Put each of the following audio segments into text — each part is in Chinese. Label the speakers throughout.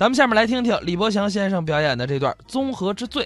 Speaker 1: 咱们下面来听听李伯祥先生表演的这段《综合之最》。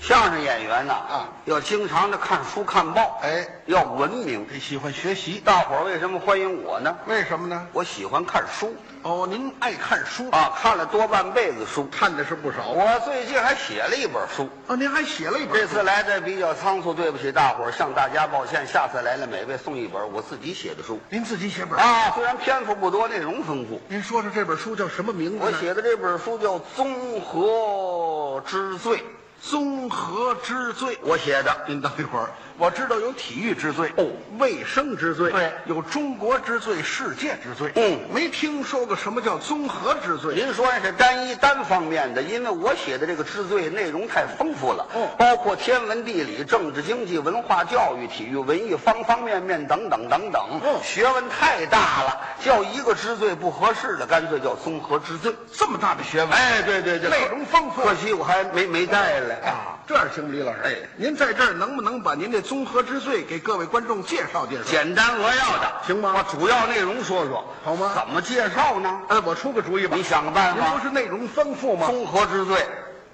Speaker 2: 相声演员呢，
Speaker 3: 啊，
Speaker 2: 要经常的看书看报，
Speaker 3: 哎，
Speaker 2: 要文明。
Speaker 3: 喜欢学习，
Speaker 2: 大伙儿为什么欢迎我呢？
Speaker 3: 为什么呢？
Speaker 2: 我喜欢看书
Speaker 3: 哦，您爱看书，
Speaker 2: 啊，看了多半辈子书。
Speaker 3: 看的是不少啊。
Speaker 2: 我最近还写了一本书，
Speaker 3: 啊，您还写了一
Speaker 2: 这
Speaker 3: 本，
Speaker 2: 次来的比较仓促，对不起大伙儿，向大家抱歉。下次来了，每位送一本我自己写的书
Speaker 3: 您自己写本。
Speaker 2: 啊，虽然篇幅不多，内容丰富。
Speaker 3: 您说说这本书叫什么名字
Speaker 2: 我
Speaker 3: 呢？
Speaker 2: 写的这本书叫《综合之最》，
Speaker 3: 综合之最。
Speaker 2: 我写的。
Speaker 3: 您等一会儿，我知道有体育之最，
Speaker 2: 哦，
Speaker 3: 卫生之最，
Speaker 2: 对
Speaker 3: 有中国之最，世界之最，
Speaker 2: 嗯，
Speaker 3: 没听说过什么叫综合之最。
Speaker 2: 您说那是单一单方面的，因为我写的这个之最内容太丰富了，
Speaker 3: 哦
Speaker 2: 包括天文、地理、政治、经济、文化、教育、体育、文艺方方面面等等等等，
Speaker 3: 嗯
Speaker 2: 学问太大了，叫一个之最不合适的，干脆叫综合之最。
Speaker 3: 这么大的学问，
Speaker 2: 哎，对对
Speaker 3: 内容丰富
Speaker 2: 可惜我还没没带来
Speaker 3: 啊，这样行，李老师，
Speaker 2: 哎
Speaker 3: 您在这儿能不能把您这综合之最给各位观众介绍介绍？
Speaker 2: 简单扼要的，
Speaker 3: 行吗
Speaker 2: 我主要内容说说，
Speaker 3: 好吗
Speaker 2: 怎么介绍呢？
Speaker 3: 哎，我出个主意吧，
Speaker 2: 你想个办
Speaker 3: 您不
Speaker 2: 法。
Speaker 3: 是内容丰富吗？
Speaker 2: 综合之最，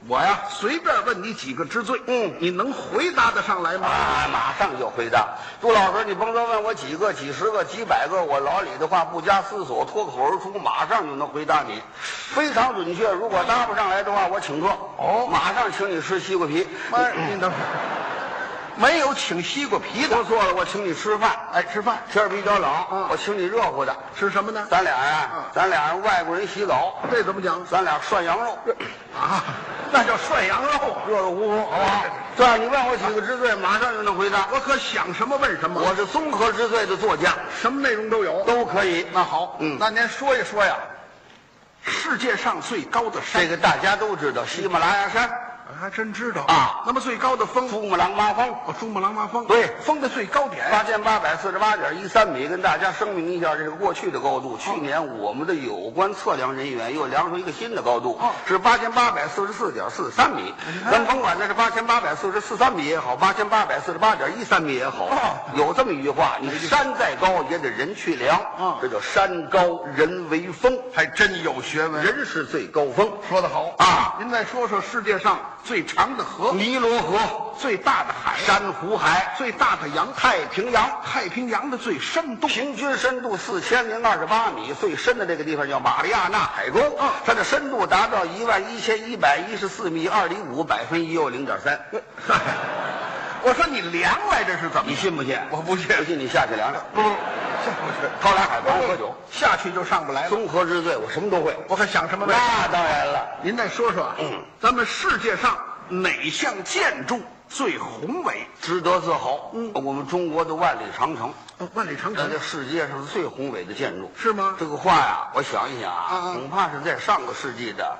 Speaker 3: 我呀，随便问你几个之最，
Speaker 2: 嗯
Speaker 3: 你能回答得上来吗？
Speaker 2: 啊，马上就回答。朱老师，你甭说问我几个、几十个、几百个，我老李的话不加思索，脱口而出，马上就能回答你，非常准确。如果答不上来的话，我请客。
Speaker 3: 哦
Speaker 2: 马上请你吃西瓜皮。
Speaker 3: 妈，您等会儿，没有请西瓜皮的，
Speaker 2: 说错了，我请你吃饭。
Speaker 3: 哎，吃饭
Speaker 2: 天儿比较冷，
Speaker 3: 嗯
Speaker 2: 我请你热乎的。
Speaker 3: 吃什么呢？
Speaker 2: 咱俩呀、
Speaker 3: 嗯
Speaker 2: 咱俩是外国人洗澡，
Speaker 3: 这怎么讲
Speaker 2: 咱俩涮羊肉，
Speaker 3: 啊？那叫涮羊肉，
Speaker 2: 热热乎乎，好不好？这样你问我几个之最，马上就能回答。
Speaker 3: 我可想什么问什么，
Speaker 2: 我是综合之最的作家，
Speaker 3: 什么内容都有。
Speaker 2: 都可以。
Speaker 3: 那好，
Speaker 2: 嗯
Speaker 3: 那您说一说呀，世界上最高的山，
Speaker 2: 这个大家都知道，喜马拉雅山、
Speaker 3: 还真知道
Speaker 2: 啊
Speaker 3: 那么最高的峰，
Speaker 2: 珠穆朗玛峰，
Speaker 3: 哦，珠穆朗玛峰，
Speaker 2: 对
Speaker 3: 峰的最高点，
Speaker 2: 八千八百四十八点一三米，跟大家声明一下，这是过去的高度。去年我们的有关测量人员又量出一个新的高度
Speaker 3: 哦，
Speaker 2: 是八千八百四十四点四三米。咱甭管那是八千八百四十四三米也好，八千八百四十八点一三米也好
Speaker 3: 哦，
Speaker 2: 有这么一句话：你山再高也得人去量
Speaker 3: 嗯，
Speaker 2: 这叫山高人为峰，
Speaker 3: 还真有学问。
Speaker 2: 人是最高峰。
Speaker 3: 说得好
Speaker 2: 啊！
Speaker 3: 您再说说世界上最长的河、
Speaker 2: 尼罗河、
Speaker 3: 最大的海、
Speaker 2: 珊瑚海、
Speaker 3: 最大的洋、
Speaker 2: 太平洋。
Speaker 3: 太平洋的最深度。
Speaker 2: 平均深度四千零二十八米，最深的这个地方叫马里亚纳海沟，
Speaker 3: 嗯
Speaker 2: 它的深度达到一万一千一百一十四米，二厘五，百分也有零点三，
Speaker 3: 我说你量来这是怎么
Speaker 2: 你
Speaker 3: 着？
Speaker 2: 信不信？
Speaker 3: 我不信
Speaker 2: 不信你下去量量。
Speaker 3: 不不不，下不去，
Speaker 2: 高粱海光喝酒，
Speaker 3: 下去就上不来了。
Speaker 2: 综合之最，我什么都会。
Speaker 3: 我可想什么问题？
Speaker 2: 那当然了，
Speaker 3: 您再说说，
Speaker 2: 嗯，
Speaker 3: 咱们世界上哪项建筑最宏伟？
Speaker 2: 值得自豪。嗯，我们中国的万里长城，
Speaker 3: 呃万里长
Speaker 2: 那
Speaker 3: 城
Speaker 2: 这世界上最宏伟的建筑
Speaker 3: 是吗
Speaker 2: 这个话呀，我想一想
Speaker 3: 啊
Speaker 2: 啊
Speaker 3: 啊，
Speaker 2: 恐怕是在上个世纪的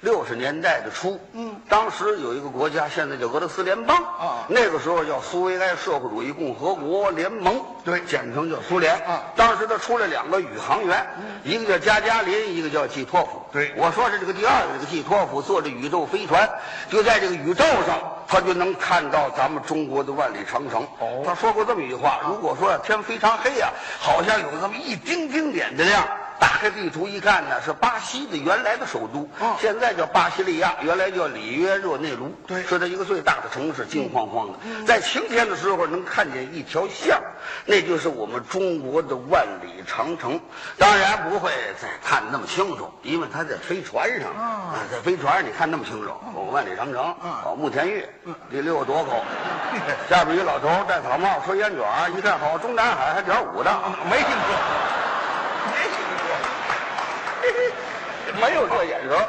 Speaker 2: 六十年代的初。
Speaker 3: 嗯，
Speaker 2: 当时有一个国家，现在叫俄罗斯联邦
Speaker 3: 啊
Speaker 2: 那个时候叫苏维埃社会主义共和国联盟，
Speaker 3: 对
Speaker 2: 简称叫苏联
Speaker 3: 啊嗯
Speaker 2: 当时他出来两个宇航员，一个叫加加林，一个叫季托夫。
Speaker 3: 对
Speaker 2: 我说是这个第二个这个季托夫坐着宇宙飞船，就在这个宇宙上，他就能看到咱们中国的万里长城。
Speaker 3: 哦
Speaker 2: 他说过这么一句话：如果说天非常黑呀、好像有这么一丁丁点的亮。打开地图一看呢，是巴西的原来的首都，
Speaker 3: 哦
Speaker 2: 现在叫巴西利亚，原来叫里约热内卢，
Speaker 3: 对嗯
Speaker 2: 是它一个最大的城市，金晃晃的。在晴天的时候能看见一条线儿，那就是我们中国的万里长城。当然不会再看那么清楚，因为它在飞船上，
Speaker 3: 啊
Speaker 2: 啊在飞船上你看那么清楚。
Speaker 3: 哦
Speaker 2: 我万里长城，
Speaker 3: 啊
Speaker 2: 哦，慕田峪，第六多口，下边一老头戴草帽，抽烟卷儿，一看好，中南海还点儿五的，
Speaker 3: 没听说，没听说，
Speaker 2: 没有这眼神儿。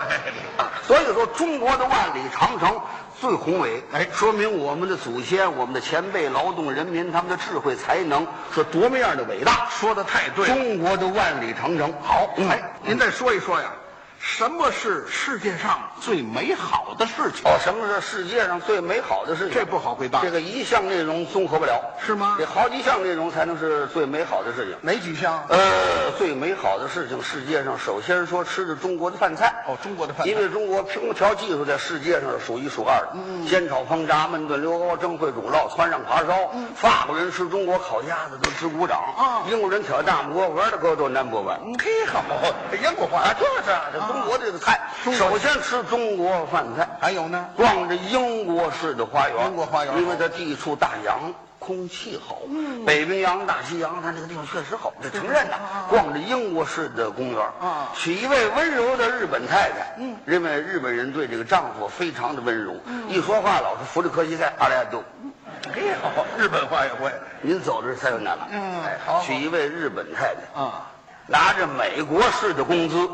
Speaker 2: 啊所以说，中国的万里长城最宏伟，哎，说明我们的祖先、我们的前辈、劳动人民他们的智慧才能是多么样的伟大。
Speaker 3: 说的太对了。
Speaker 2: 中国的万里长城好，哎
Speaker 3: 哎，，您再说一说呀，什么是世界上最美好的事情？
Speaker 2: 哦，什么是世界上最美好的事情？
Speaker 3: 这不好回答
Speaker 2: 这个一项内容综合不了，
Speaker 3: 是吗
Speaker 2: 得好几项内容才能是最美好的事情。
Speaker 3: 哪几项？
Speaker 2: 呃，最美好的事情，世界上首先说吃的中国的饭菜。
Speaker 3: 哦中国的饭菜
Speaker 2: 因为中国烹调技术在世界上是数一数二的。嗯，煎炒烹炸、焖炖溜锅、蒸烩煮烙、汆上扒烧。嗯，法国人吃中国烤鸭子都直鼓掌。
Speaker 3: 啊
Speaker 2: 英国人挑大拇哥，玩的高都 number one。
Speaker 3: 嘿，好，英国话
Speaker 2: 啊，就是啊，这中国这个菜，
Speaker 3: 哦中
Speaker 2: 首
Speaker 3: 国
Speaker 2: 先吃中国饭菜，
Speaker 3: 还有呢，
Speaker 2: 逛着英国式的花园，
Speaker 3: 英国花园嗯
Speaker 2: 因为它地处大洋，空气好，北冰洋、大西洋，它这个地方确实好，这承认呐。
Speaker 3: 嗯
Speaker 2: 逛着英国式的公园，
Speaker 3: 啊
Speaker 2: 娶一位温柔的日本太太，嗯，认为日本人对这个丈夫非常的温柔，
Speaker 3: 嗯
Speaker 2: 一说话老是扶着磕膝盖，阿莱亚都。
Speaker 3: 哎呦，日本话也会
Speaker 2: 您走的是太有难了，
Speaker 3: 嗯
Speaker 2: 哎
Speaker 3: 好好
Speaker 2: 娶一位日本太太，
Speaker 3: 啊，
Speaker 2: 拿着美国式的工资，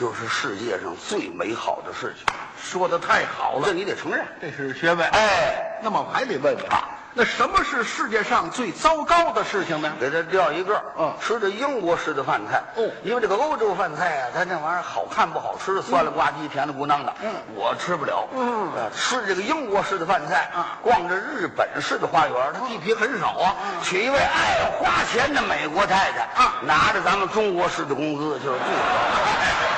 Speaker 2: 就是世界上最美好的事情。
Speaker 3: 说的太好了，
Speaker 2: 这你得承认，
Speaker 3: 这是学问。
Speaker 2: 哎，
Speaker 3: 那么我还得问问，那什么是世界上最糟糕的事情呢？
Speaker 2: 给他掉一个儿，
Speaker 3: 嗯
Speaker 2: 吃的英国式的饭菜，
Speaker 3: 哦
Speaker 2: 因为这个欧洲饭菜啊，它那玩意儿好看不好吃，酸了吧唧，甜了咕囔的，
Speaker 3: 嗯
Speaker 2: 我吃不了，
Speaker 3: 嗯
Speaker 2: 呃吃这个英国式的饭菜，
Speaker 3: 啊
Speaker 2: 逛着日本式的花园，
Speaker 3: 嗯
Speaker 2: 它地皮很少啊，娶一位爱花钱的美国太太，
Speaker 3: 啊
Speaker 2: 拿着咱们中国式的工资就是最好。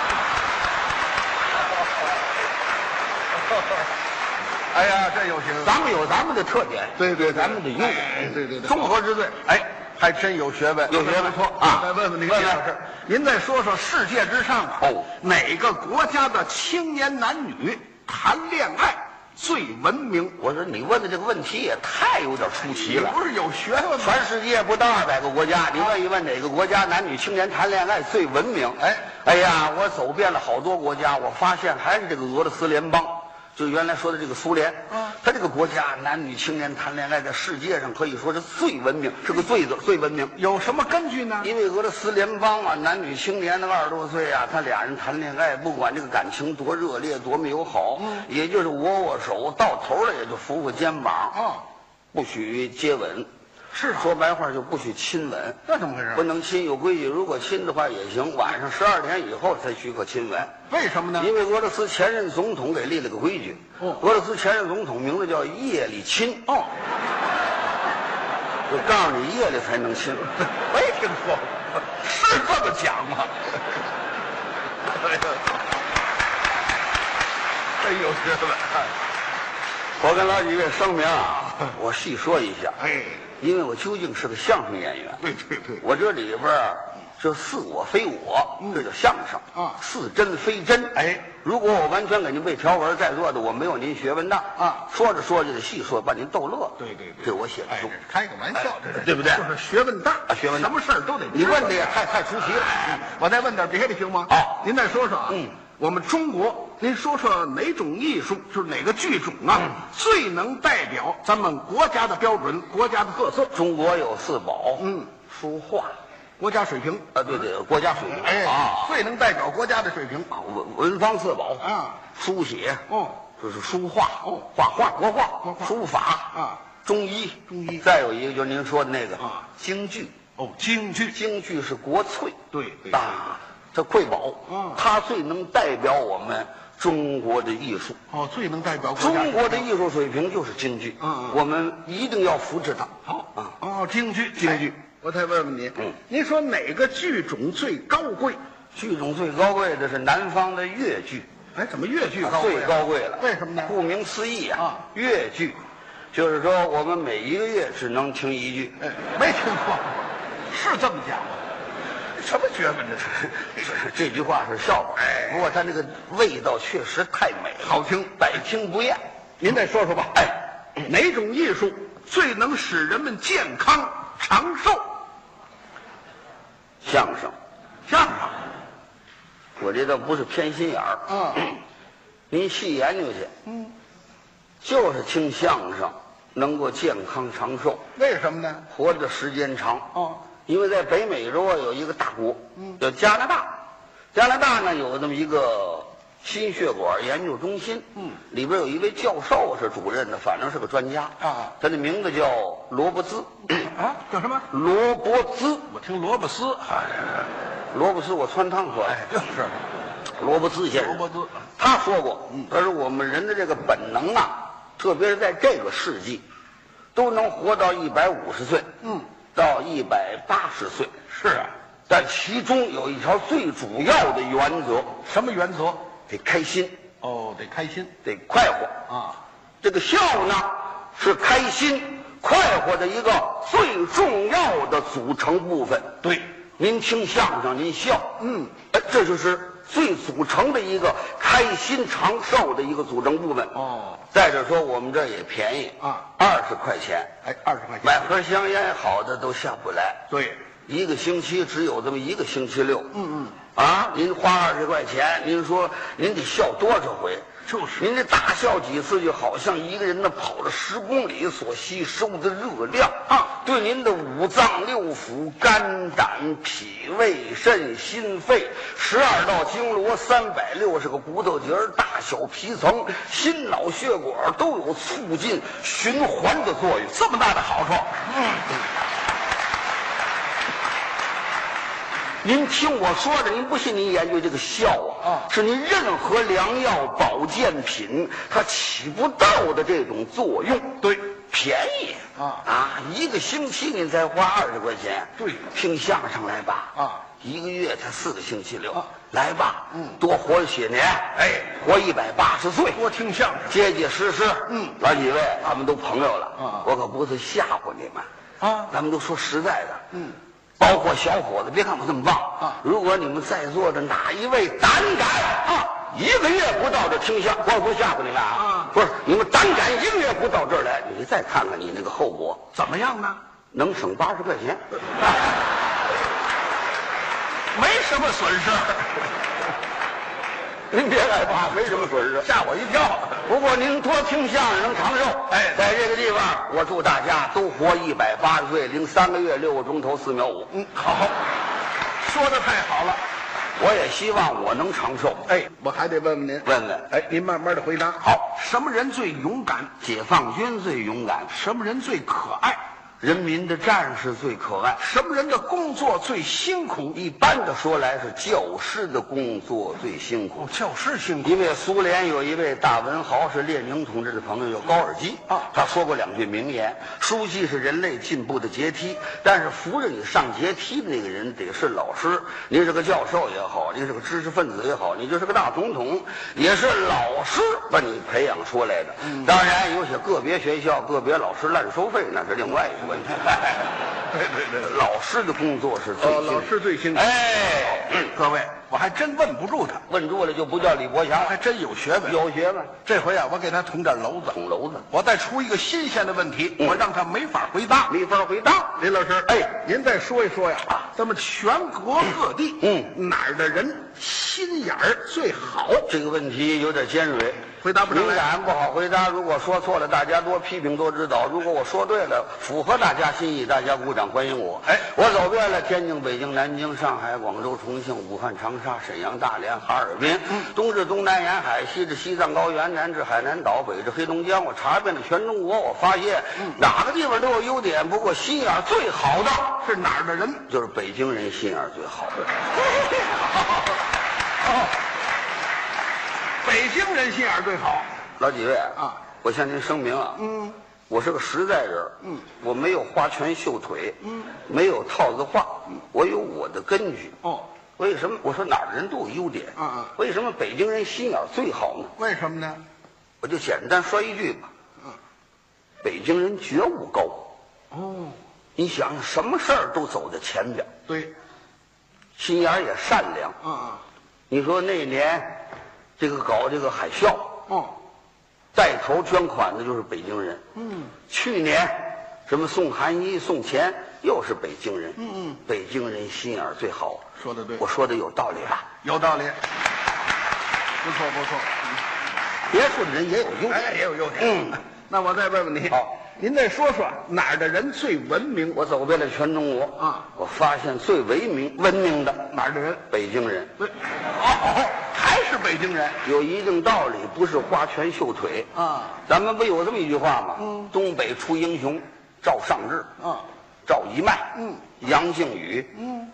Speaker 3: 哎呀，这有学问。
Speaker 2: 咱们有咱们的特点，
Speaker 3: 对对，
Speaker 2: 咱们得用
Speaker 3: 哎对对对，
Speaker 2: 综合之最，
Speaker 3: 哎，还真有学问，
Speaker 2: 有学问
Speaker 3: 不错
Speaker 2: 啊
Speaker 3: 再问问您，
Speaker 2: 问问
Speaker 3: 老师，您再说说世界之上啊，
Speaker 2: 哦
Speaker 3: 哪个国家的青年男女谈恋爱最文明？
Speaker 2: 我说你问的这个问题也太有点出奇了
Speaker 3: 你。不是有学问吗？
Speaker 2: 全世界不到二百个国家，你问一问哪个国家男女青年谈恋爱最文明？
Speaker 3: 哎
Speaker 2: 哎呀，我走遍了好多国家，我发现还是这个俄罗斯联邦，就原来说的这个苏联。
Speaker 3: 嗯
Speaker 2: 他这个国家男女青年谈恋爱在世界上可以说是最文明，是个最的最文明。
Speaker 3: 有什么根据呢？
Speaker 2: 因为俄罗斯联邦啊，男女青年的二十多岁啊，他俩人谈恋爱，不管这个感情多热烈、多么友好，
Speaker 3: 嗯
Speaker 2: 也就是握握手，到头了也就扶扶肩膀，
Speaker 3: 哦，
Speaker 2: 不许接吻。
Speaker 3: 是啊，
Speaker 2: 说白话就不许亲吻，
Speaker 3: 那怎么回事
Speaker 2: 不能亲，有规矩。如果亲的话也行，晚上十二点以后才许可亲吻。
Speaker 3: 为什么呢？
Speaker 2: 因为俄罗斯前任总统给立了个规矩，
Speaker 3: 哦
Speaker 2: 俄罗斯前任总统名字叫叶利钦，
Speaker 3: 哦，
Speaker 2: 就告诉你夜里才能亲。
Speaker 3: 我也听说 过，是这么讲吗？ 真有学问，
Speaker 2: 我跟老几位声明啊， 我细说一下，
Speaker 3: 哎，
Speaker 2: 因为我究竟是个相声演员，
Speaker 3: 对对对，
Speaker 2: 我这里边儿就似我非我，这叫相声
Speaker 3: 嗯啊
Speaker 2: 似真非真。
Speaker 3: 哎，
Speaker 2: 如果我完全给您背条文，在座的我没有您学问大
Speaker 3: 啊，
Speaker 2: 说着说着就细说，把您逗乐。
Speaker 3: 对对对
Speaker 2: 这我写的
Speaker 3: 哎
Speaker 2: 书。，
Speaker 3: 开个玩笑，这是
Speaker 2: 哎对不对啊
Speaker 3: 就是学问大，
Speaker 2: 学问大
Speaker 3: 什么事儿都得知嗯
Speaker 2: 你问的也太太出奇了。
Speaker 3: 我再问点别的行吗？
Speaker 2: 好
Speaker 3: 您再说说啊。
Speaker 2: 嗯，
Speaker 3: 我们中国，您说说哪种艺术，就是哪个剧种啊，
Speaker 2: 嗯
Speaker 3: 最能代表咱们国家的标准、国家的特色、
Speaker 2: 中国有四宝，
Speaker 3: 嗯，
Speaker 2: 书画，
Speaker 3: 国家水平？
Speaker 2: 啊，对对，国家水平，
Speaker 3: 哎，
Speaker 2: 啊，
Speaker 3: 最能代表国家的水平。
Speaker 2: 文文房四宝
Speaker 3: 啊，
Speaker 2: 书写，
Speaker 3: 哦，
Speaker 2: 就是书画，
Speaker 3: 哦
Speaker 2: 画画国画，
Speaker 3: 国画
Speaker 2: 书法
Speaker 3: 啊，
Speaker 2: 中医，
Speaker 3: 中医
Speaker 2: 再有一个就是您说的那个
Speaker 3: 啊，
Speaker 2: 京剧，
Speaker 3: 哦，京剧
Speaker 2: 京剧是国粹，
Speaker 3: 对对
Speaker 2: 啊，它瑰宝，
Speaker 3: 嗯
Speaker 2: 它最能代表我们中国的艺术。
Speaker 3: 哦，最能代表国家水
Speaker 2: 中
Speaker 3: 平。
Speaker 2: 国的艺术水平就是京剧，
Speaker 3: 嗯嗯
Speaker 2: 我们一定要扶持它。
Speaker 3: 好
Speaker 2: 啊，
Speaker 3: 哦，京剧，
Speaker 2: 京剧
Speaker 3: 哎。我再问问您，
Speaker 2: 嗯
Speaker 3: 您说哪个剧种最高贵？
Speaker 2: 剧种最高贵的是南方的越剧，
Speaker 3: 哎，怎么越剧高贵啊、
Speaker 2: 最高贵了。
Speaker 3: 为什么呢？
Speaker 2: 顾名思义啊
Speaker 3: 啊，
Speaker 2: 越剧，就是说我们每一个月只能听一句。
Speaker 3: 哎，没听说过，是这么讲吗？什么学问这是？
Speaker 2: 这句话是笑话，
Speaker 3: 哎
Speaker 2: 不过它那个味道确实太美了，
Speaker 3: 好听
Speaker 2: 百听不厌。
Speaker 3: 您再说说吧。
Speaker 2: 哎，
Speaker 3: 哪种艺术最能使人们健康长寿？
Speaker 2: 相声，
Speaker 3: 相声
Speaker 2: 我这倒不是偏心眼儿，
Speaker 3: 啊，
Speaker 2: 您细研究去，
Speaker 3: 嗯，
Speaker 2: 就是听相声能够健康长寿，
Speaker 3: 为什么呢？
Speaker 2: 活的时间长。
Speaker 3: 哦，
Speaker 2: 因为在北美洲啊有一个大国，
Speaker 3: 嗯
Speaker 2: 叫加拿大。加拿大呢有这么一个心血管研究中心，
Speaker 3: 嗯，
Speaker 2: 里边有一位教授是主任的，反正是个专家
Speaker 3: 啊
Speaker 2: 他的名字叫罗伯兹，
Speaker 3: 啊，叫什么？
Speaker 2: 罗伯兹，
Speaker 3: 我听萝卜丝，哎，
Speaker 2: 罗伯兹，我穿汤喝。
Speaker 3: 哎就是
Speaker 2: 罗伯兹先生，
Speaker 3: 罗伯兹嗯
Speaker 2: 他说过，他说我们人的这个本能啊，特别是在这个世纪，都能活到一百五十岁，
Speaker 3: 嗯，
Speaker 2: 到一百八十岁，
Speaker 3: 是啊。
Speaker 2: 但其中有一条最主要的原则，
Speaker 3: 什么原则？
Speaker 2: 得开心，
Speaker 3: 哦，得开心
Speaker 2: 得快活。
Speaker 3: 啊。
Speaker 2: 这个笑呢，是开心快活的一个最重要的组成部分。
Speaker 3: 对，
Speaker 2: 您听相声，您笑，
Speaker 3: 嗯，
Speaker 2: 哎，这就是最组成的一个开心长寿的一个组成部分。
Speaker 3: 哦，
Speaker 2: 再者说我们这儿也便宜
Speaker 3: 啊，
Speaker 2: 二十块钱，
Speaker 3: 哎，二十块钱，
Speaker 2: 买盒香烟好的都下不来，
Speaker 3: 对，
Speaker 2: 一个星期只有这么一个星期六。
Speaker 3: 嗯
Speaker 2: 嗯，啊，您花二十块钱，您说您得笑多少回？
Speaker 3: 就是
Speaker 2: 您这大笑几次，就好像一个人呢跑了十公里所吸收的热量
Speaker 3: 啊，
Speaker 2: 对您的五脏六腑、肝胆、脾胃、肾、心肺、十二道经络、三百六十个骨头节儿、大小皮层、心脑血管都有促进循环的作用，这么大的好处。
Speaker 3: 嗯
Speaker 2: 您听我说着，您不信您研究这个效啊，
Speaker 3: 啊
Speaker 2: 是您任何良药保健品它起不到的这种作用。
Speaker 3: 对，
Speaker 2: 便宜
Speaker 3: 啊
Speaker 2: 一个星期您才花二十块钱，
Speaker 3: 对
Speaker 2: 听相声来吧
Speaker 3: 啊，
Speaker 2: 一个月才四个星期六，
Speaker 3: 啊
Speaker 2: 来吧，
Speaker 3: 嗯
Speaker 2: 多活些年，
Speaker 3: 哎
Speaker 2: 活一百八十岁，
Speaker 3: 多听相声
Speaker 2: 结结实实，
Speaker 3: 嗯
Speaker 2: 老几位，咱们都朋友了，
Speaker 3: 啊
Speaker 2: 我可不是吓唬你们，
Speaker 3: 啊
Speaker 2: 咱们都说实在的，
Speaker 3: 嗯，
Speaker 2: 包括小伙子，别看我这么棒
Speaker 3: 啊
Speaker 2: 如果你们在座的哪一位胆敢啊，一个月不到这听相，我不吓唬你们啊
Speaker 3: 啊，
Speaker 2: 不是你们胆敢一个月不到这儿来，你再看看你那个后果，
Speaker 3: 怎么样呢？
Speaker 2: 能省八十块钱。
Speaker 3: 没什么损失，
Speaker 2: 您别害怕，没什么损失。
Speaker 3: 吓我一跳。
Speaker 2: 不过您多听相声能长寿。
Speaker 3: 哎
Speaker 2: 在这个地方，我祝大家都活一百八十岁零三个月六个钟头四秒五。
Speaker 3: 嗯，好，说的太好了。
Speaker 2: 我也希望我能长寿。
Speaker 3: 哎，我还得问问您，
Speaker 2: 问问
Speaker 3: 哎，您慢慢的回答。好，什么人最勇敢？
Speaker 2: 解放军最勇敢，
Speaker 3: 什么人最可爱？
Speaker 2: 人民的战士最可爱。
Speaker 3: 什么人的工作最辛苦？
Speaker 2: 一般的说来是教师的工作最辛苦
Speaker 3: 哦，。教师辛苦。
Speaker 2: 因为苏联有一位大文豪是列宁同志的朋友，叫高尔基
Speaker 3: 啊
Speaker 2: 他说过两句名言：书记是人类进步的阶梯，但是扶着你上阶梯的那个人得是老师。您是个教授也好，您是个知识分子也好，你就是个大总统，也是老师把你培养出来的。
Speaker 3: 嗯
Speaker 2: 当然，有些个别学校、个别老师滥收费，那是另外一个问题。
Speaker 3: 对对对对
Speaker 2: 老师的工作是最
Speaker 3: 哦
Speaker 2: 辛苦
Speaker 3: 老师最辛苦
Speaker 2: 哎，嗯
Speaker 3: 各位，我还真问不住他，
Speaker 2: 问住了就不叫李伯祥
Speaker 3: 我还
Speaker 2: 了，
Speaker 3: 真有学问。
Speaker 2: 有学问，
Speaker 3: 这回啊，我给他捅点娄子，
Speaker 2: 捅娄子。
Speaker 3: 我再出一个新鲜的问题，
Speaker 2: 嗯
Speaker 3: 我让他没法回答。
Speaker 2: 没法回答。
Speaker 3: 李老师，
Speaker 2: 哎，
Speaker 3: 您再说一说呀，咱们全国各地，
Speaker 2: 嗯，
Speaker 3: 哪儿的人心眼儿最好？
Speaker 2: 这个问题有点尖锐，
Speaker 3: 回答不上来
Speaker 2: 敏感不好回答。如果说错了，大家多批评多指导；如果我说对了，符合大家心意，大家鼓掌欢迎我。
Speaker 3: 哎
Speaker 2: 我走遍了天津、北京、南京、上海、广州、重庆、武汉、长沙、沈阳、大连、哈尔滨，
Speaker 3: 嗯
Speaker 2: 东至东南沿海，西至西藏高原，南至海南岛，北至黑龙江。我查遍了全中国，我发现
Speaker 3: 嗯
Speaker 2: 哪个地方都有优点，不过心眼儿最好的
Speaker 3: 是哪儿的人？
Speaker 2: 就是北京人心眼儿最好。
Speaker 3: 北京人心眼儿最好。
Speaker 2: 老几位
Speaker 3: 啊，
Speaker 2: 我向您声明啊，
Speaker 3: 嗯，
Speaker 2: 我是个实在人，
Speaker 3: 嗯，
Speaker 2: 我没有花拳绣腿，嗯，没有套子话，我有我的根据。
Speaker 3: 嗯哦，
Speaker 2: 为什么我说哪儿的人都有优点？
Speaker 3: 嗯嗯
Speaker 2: 为什么北京人心眼儿最好呢？
Speaker 3: 为什么呢？
Speaker 2: 我就简单说一句吧，
Speaker 3: 嗯，
Speaker 2: 北京人觉悟高，
Speaker 3: 哦，
Speaker 2: 你想想什么事儿都走在前边，
Speaker 3: 对，
Speaker 2: 心眼儿也善良。
Speaker 3: 啊啊，
Speaker 2: 你说那年这个搞这个海啸，
Speaker 3: 哦，
Speaker 2: 带头捐款的就是北京人，
Speaker 3: 嗯，
Speaker 2: 去年什么送寒衣、送钱，又是北京人。
Speaker 3: 嗯嗯，
Speaker 2: 北京人心眼儿最好。
Speaker 3: 说得对
Speaker 2: 我说的有道理吧？
Speaker 3: 有道理，不错不错。
Speaker 2: 别处的人也有优点。
Speaker 3: 哎，也有优点。
Speaker 2: 嗯，
Speaker 3: 那我再问问你，
Speaker 2: 好，
Speaker 3: 您再说说哪儿的人最文明？
Speaker 2: 我走遍了全中国
Speaker 3: 啊，
Speaker 2: 我发现最文明文明的
Speaker 3: 哪儿的人？
Speaker 2: 北京人
Speaker 3: 对，哦，还是北京人
Speaker 2: 有一定道理，不是花拳绣腿。
Speaker 3: 啊
Speaker 2: 咱们不有这么一句话吗？
Speaker 3: 嗯
Speaker 2: 东北出英雄，赵尚志，
Speaker 3: 啊，
Speaker 2: 赵一麦，
Speaker 3: 嗯，
Speaker 2: 杨靖宇，
Speaker 3: 嗯，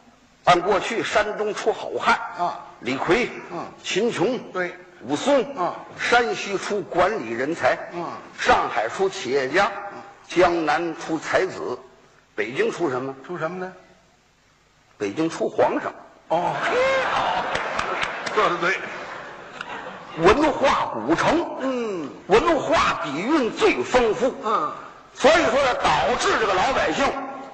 Speaker 2: 按过去山东出好汉
Speaker 3: 啊，
Speaker 2: 李逵，
Speaker 3: 嗯
Speaker 2: 秦琼，
Speaker 3: 对，
Speaker 2: 武松，
Speaker 3: 嗯
Speaker 2: 山西出管理人才，
Speaker 3: 嗯
Speaker 2: 上海出企业家，江南出才子，北京出什么？
Speaker 3: 出什么呢？
Speaker 2: 北京出皇上，
Speaker 3: 哦，说的对，
Speaker 2: 文化古城，
Speaker 3: 嗯，
Speaker 2: 文化底蕴最丰富，
Speaker 3: 嗯，
Speaker 2: 所以说呢，导致这个老百姓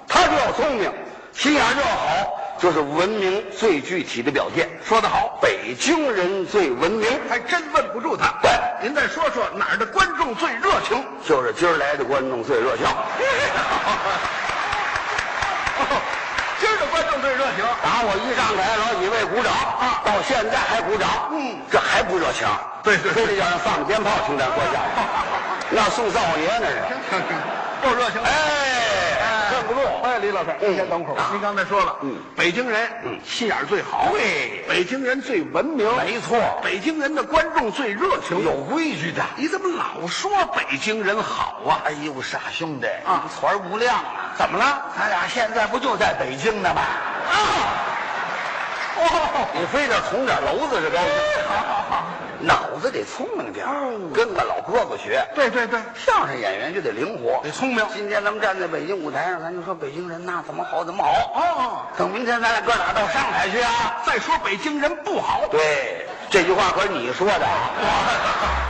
Speaker 2: 他就要聪明，心眼儿就要好，这是文明最具体的表现。说得好，北京人最文明，
Speaker 3: 还真问不住他。
Speaker 2: 对
Speaker 3: 您再说说哪儿的观众最热情？
Speaker 2: 就是今儿来的观众最热情。
Speaker 3: 今儿的观众最热情。
Speaker 2: 打我一上台，老几位鼓掌，到现在还鼓掌，
Speaker 3: 啊嗯
Speaker 2: 这还不热情？
Speaker 3: 对对对
Speaker 2: 非得叫人放鞭炮听咱国家， 那送灶王爷哎那是。
Speaker 3: 够热情了。
Speaker 2: 哎，镇不住。
Speaker 3: 哎，李老师，
Speaker 2: 嗯
Speaker 3: 您先等会儿。您刚才说了，
Speaker 2: 嗯
Speaker 3: 北京人，嗯，心眼儿最好，
Speaker 2: 对
Speaker 3: 北京人最文明，
Speaker 2: 没错
Speaker 3: 北京人的观众最热情，有规矩的。你怎么老说北京人好啊？
Speaker 2: 哎呦，傻兄弟
Speaker 3: 啊
Speaker 2: 你词儿无量啊！
Speaker 3: 怎么了？
Speaker 2: 咱俩现在不就在北京呢吗？啊！哦，你非得捅点娄子是 高兴？好好好，脑子得聪明点儿
Speaker 3: 哦
Speaker 2: 跟个老哥哥学。
Speaker 3: 对对对，
Speaker 2: 相声演员就得灵活，
Speaker 3: 得聪明
Speaker 2: 今天咱们站在北京舞台上，咱就说北京人呐，怎么好怎么好。
Speaker 3: 哦，
Speaker 2: 等明天咱俩哥俩到上海去啊！
Speaker 3: 再说北京人不好，
Speaker 2: 对，这句话可是你说的啊。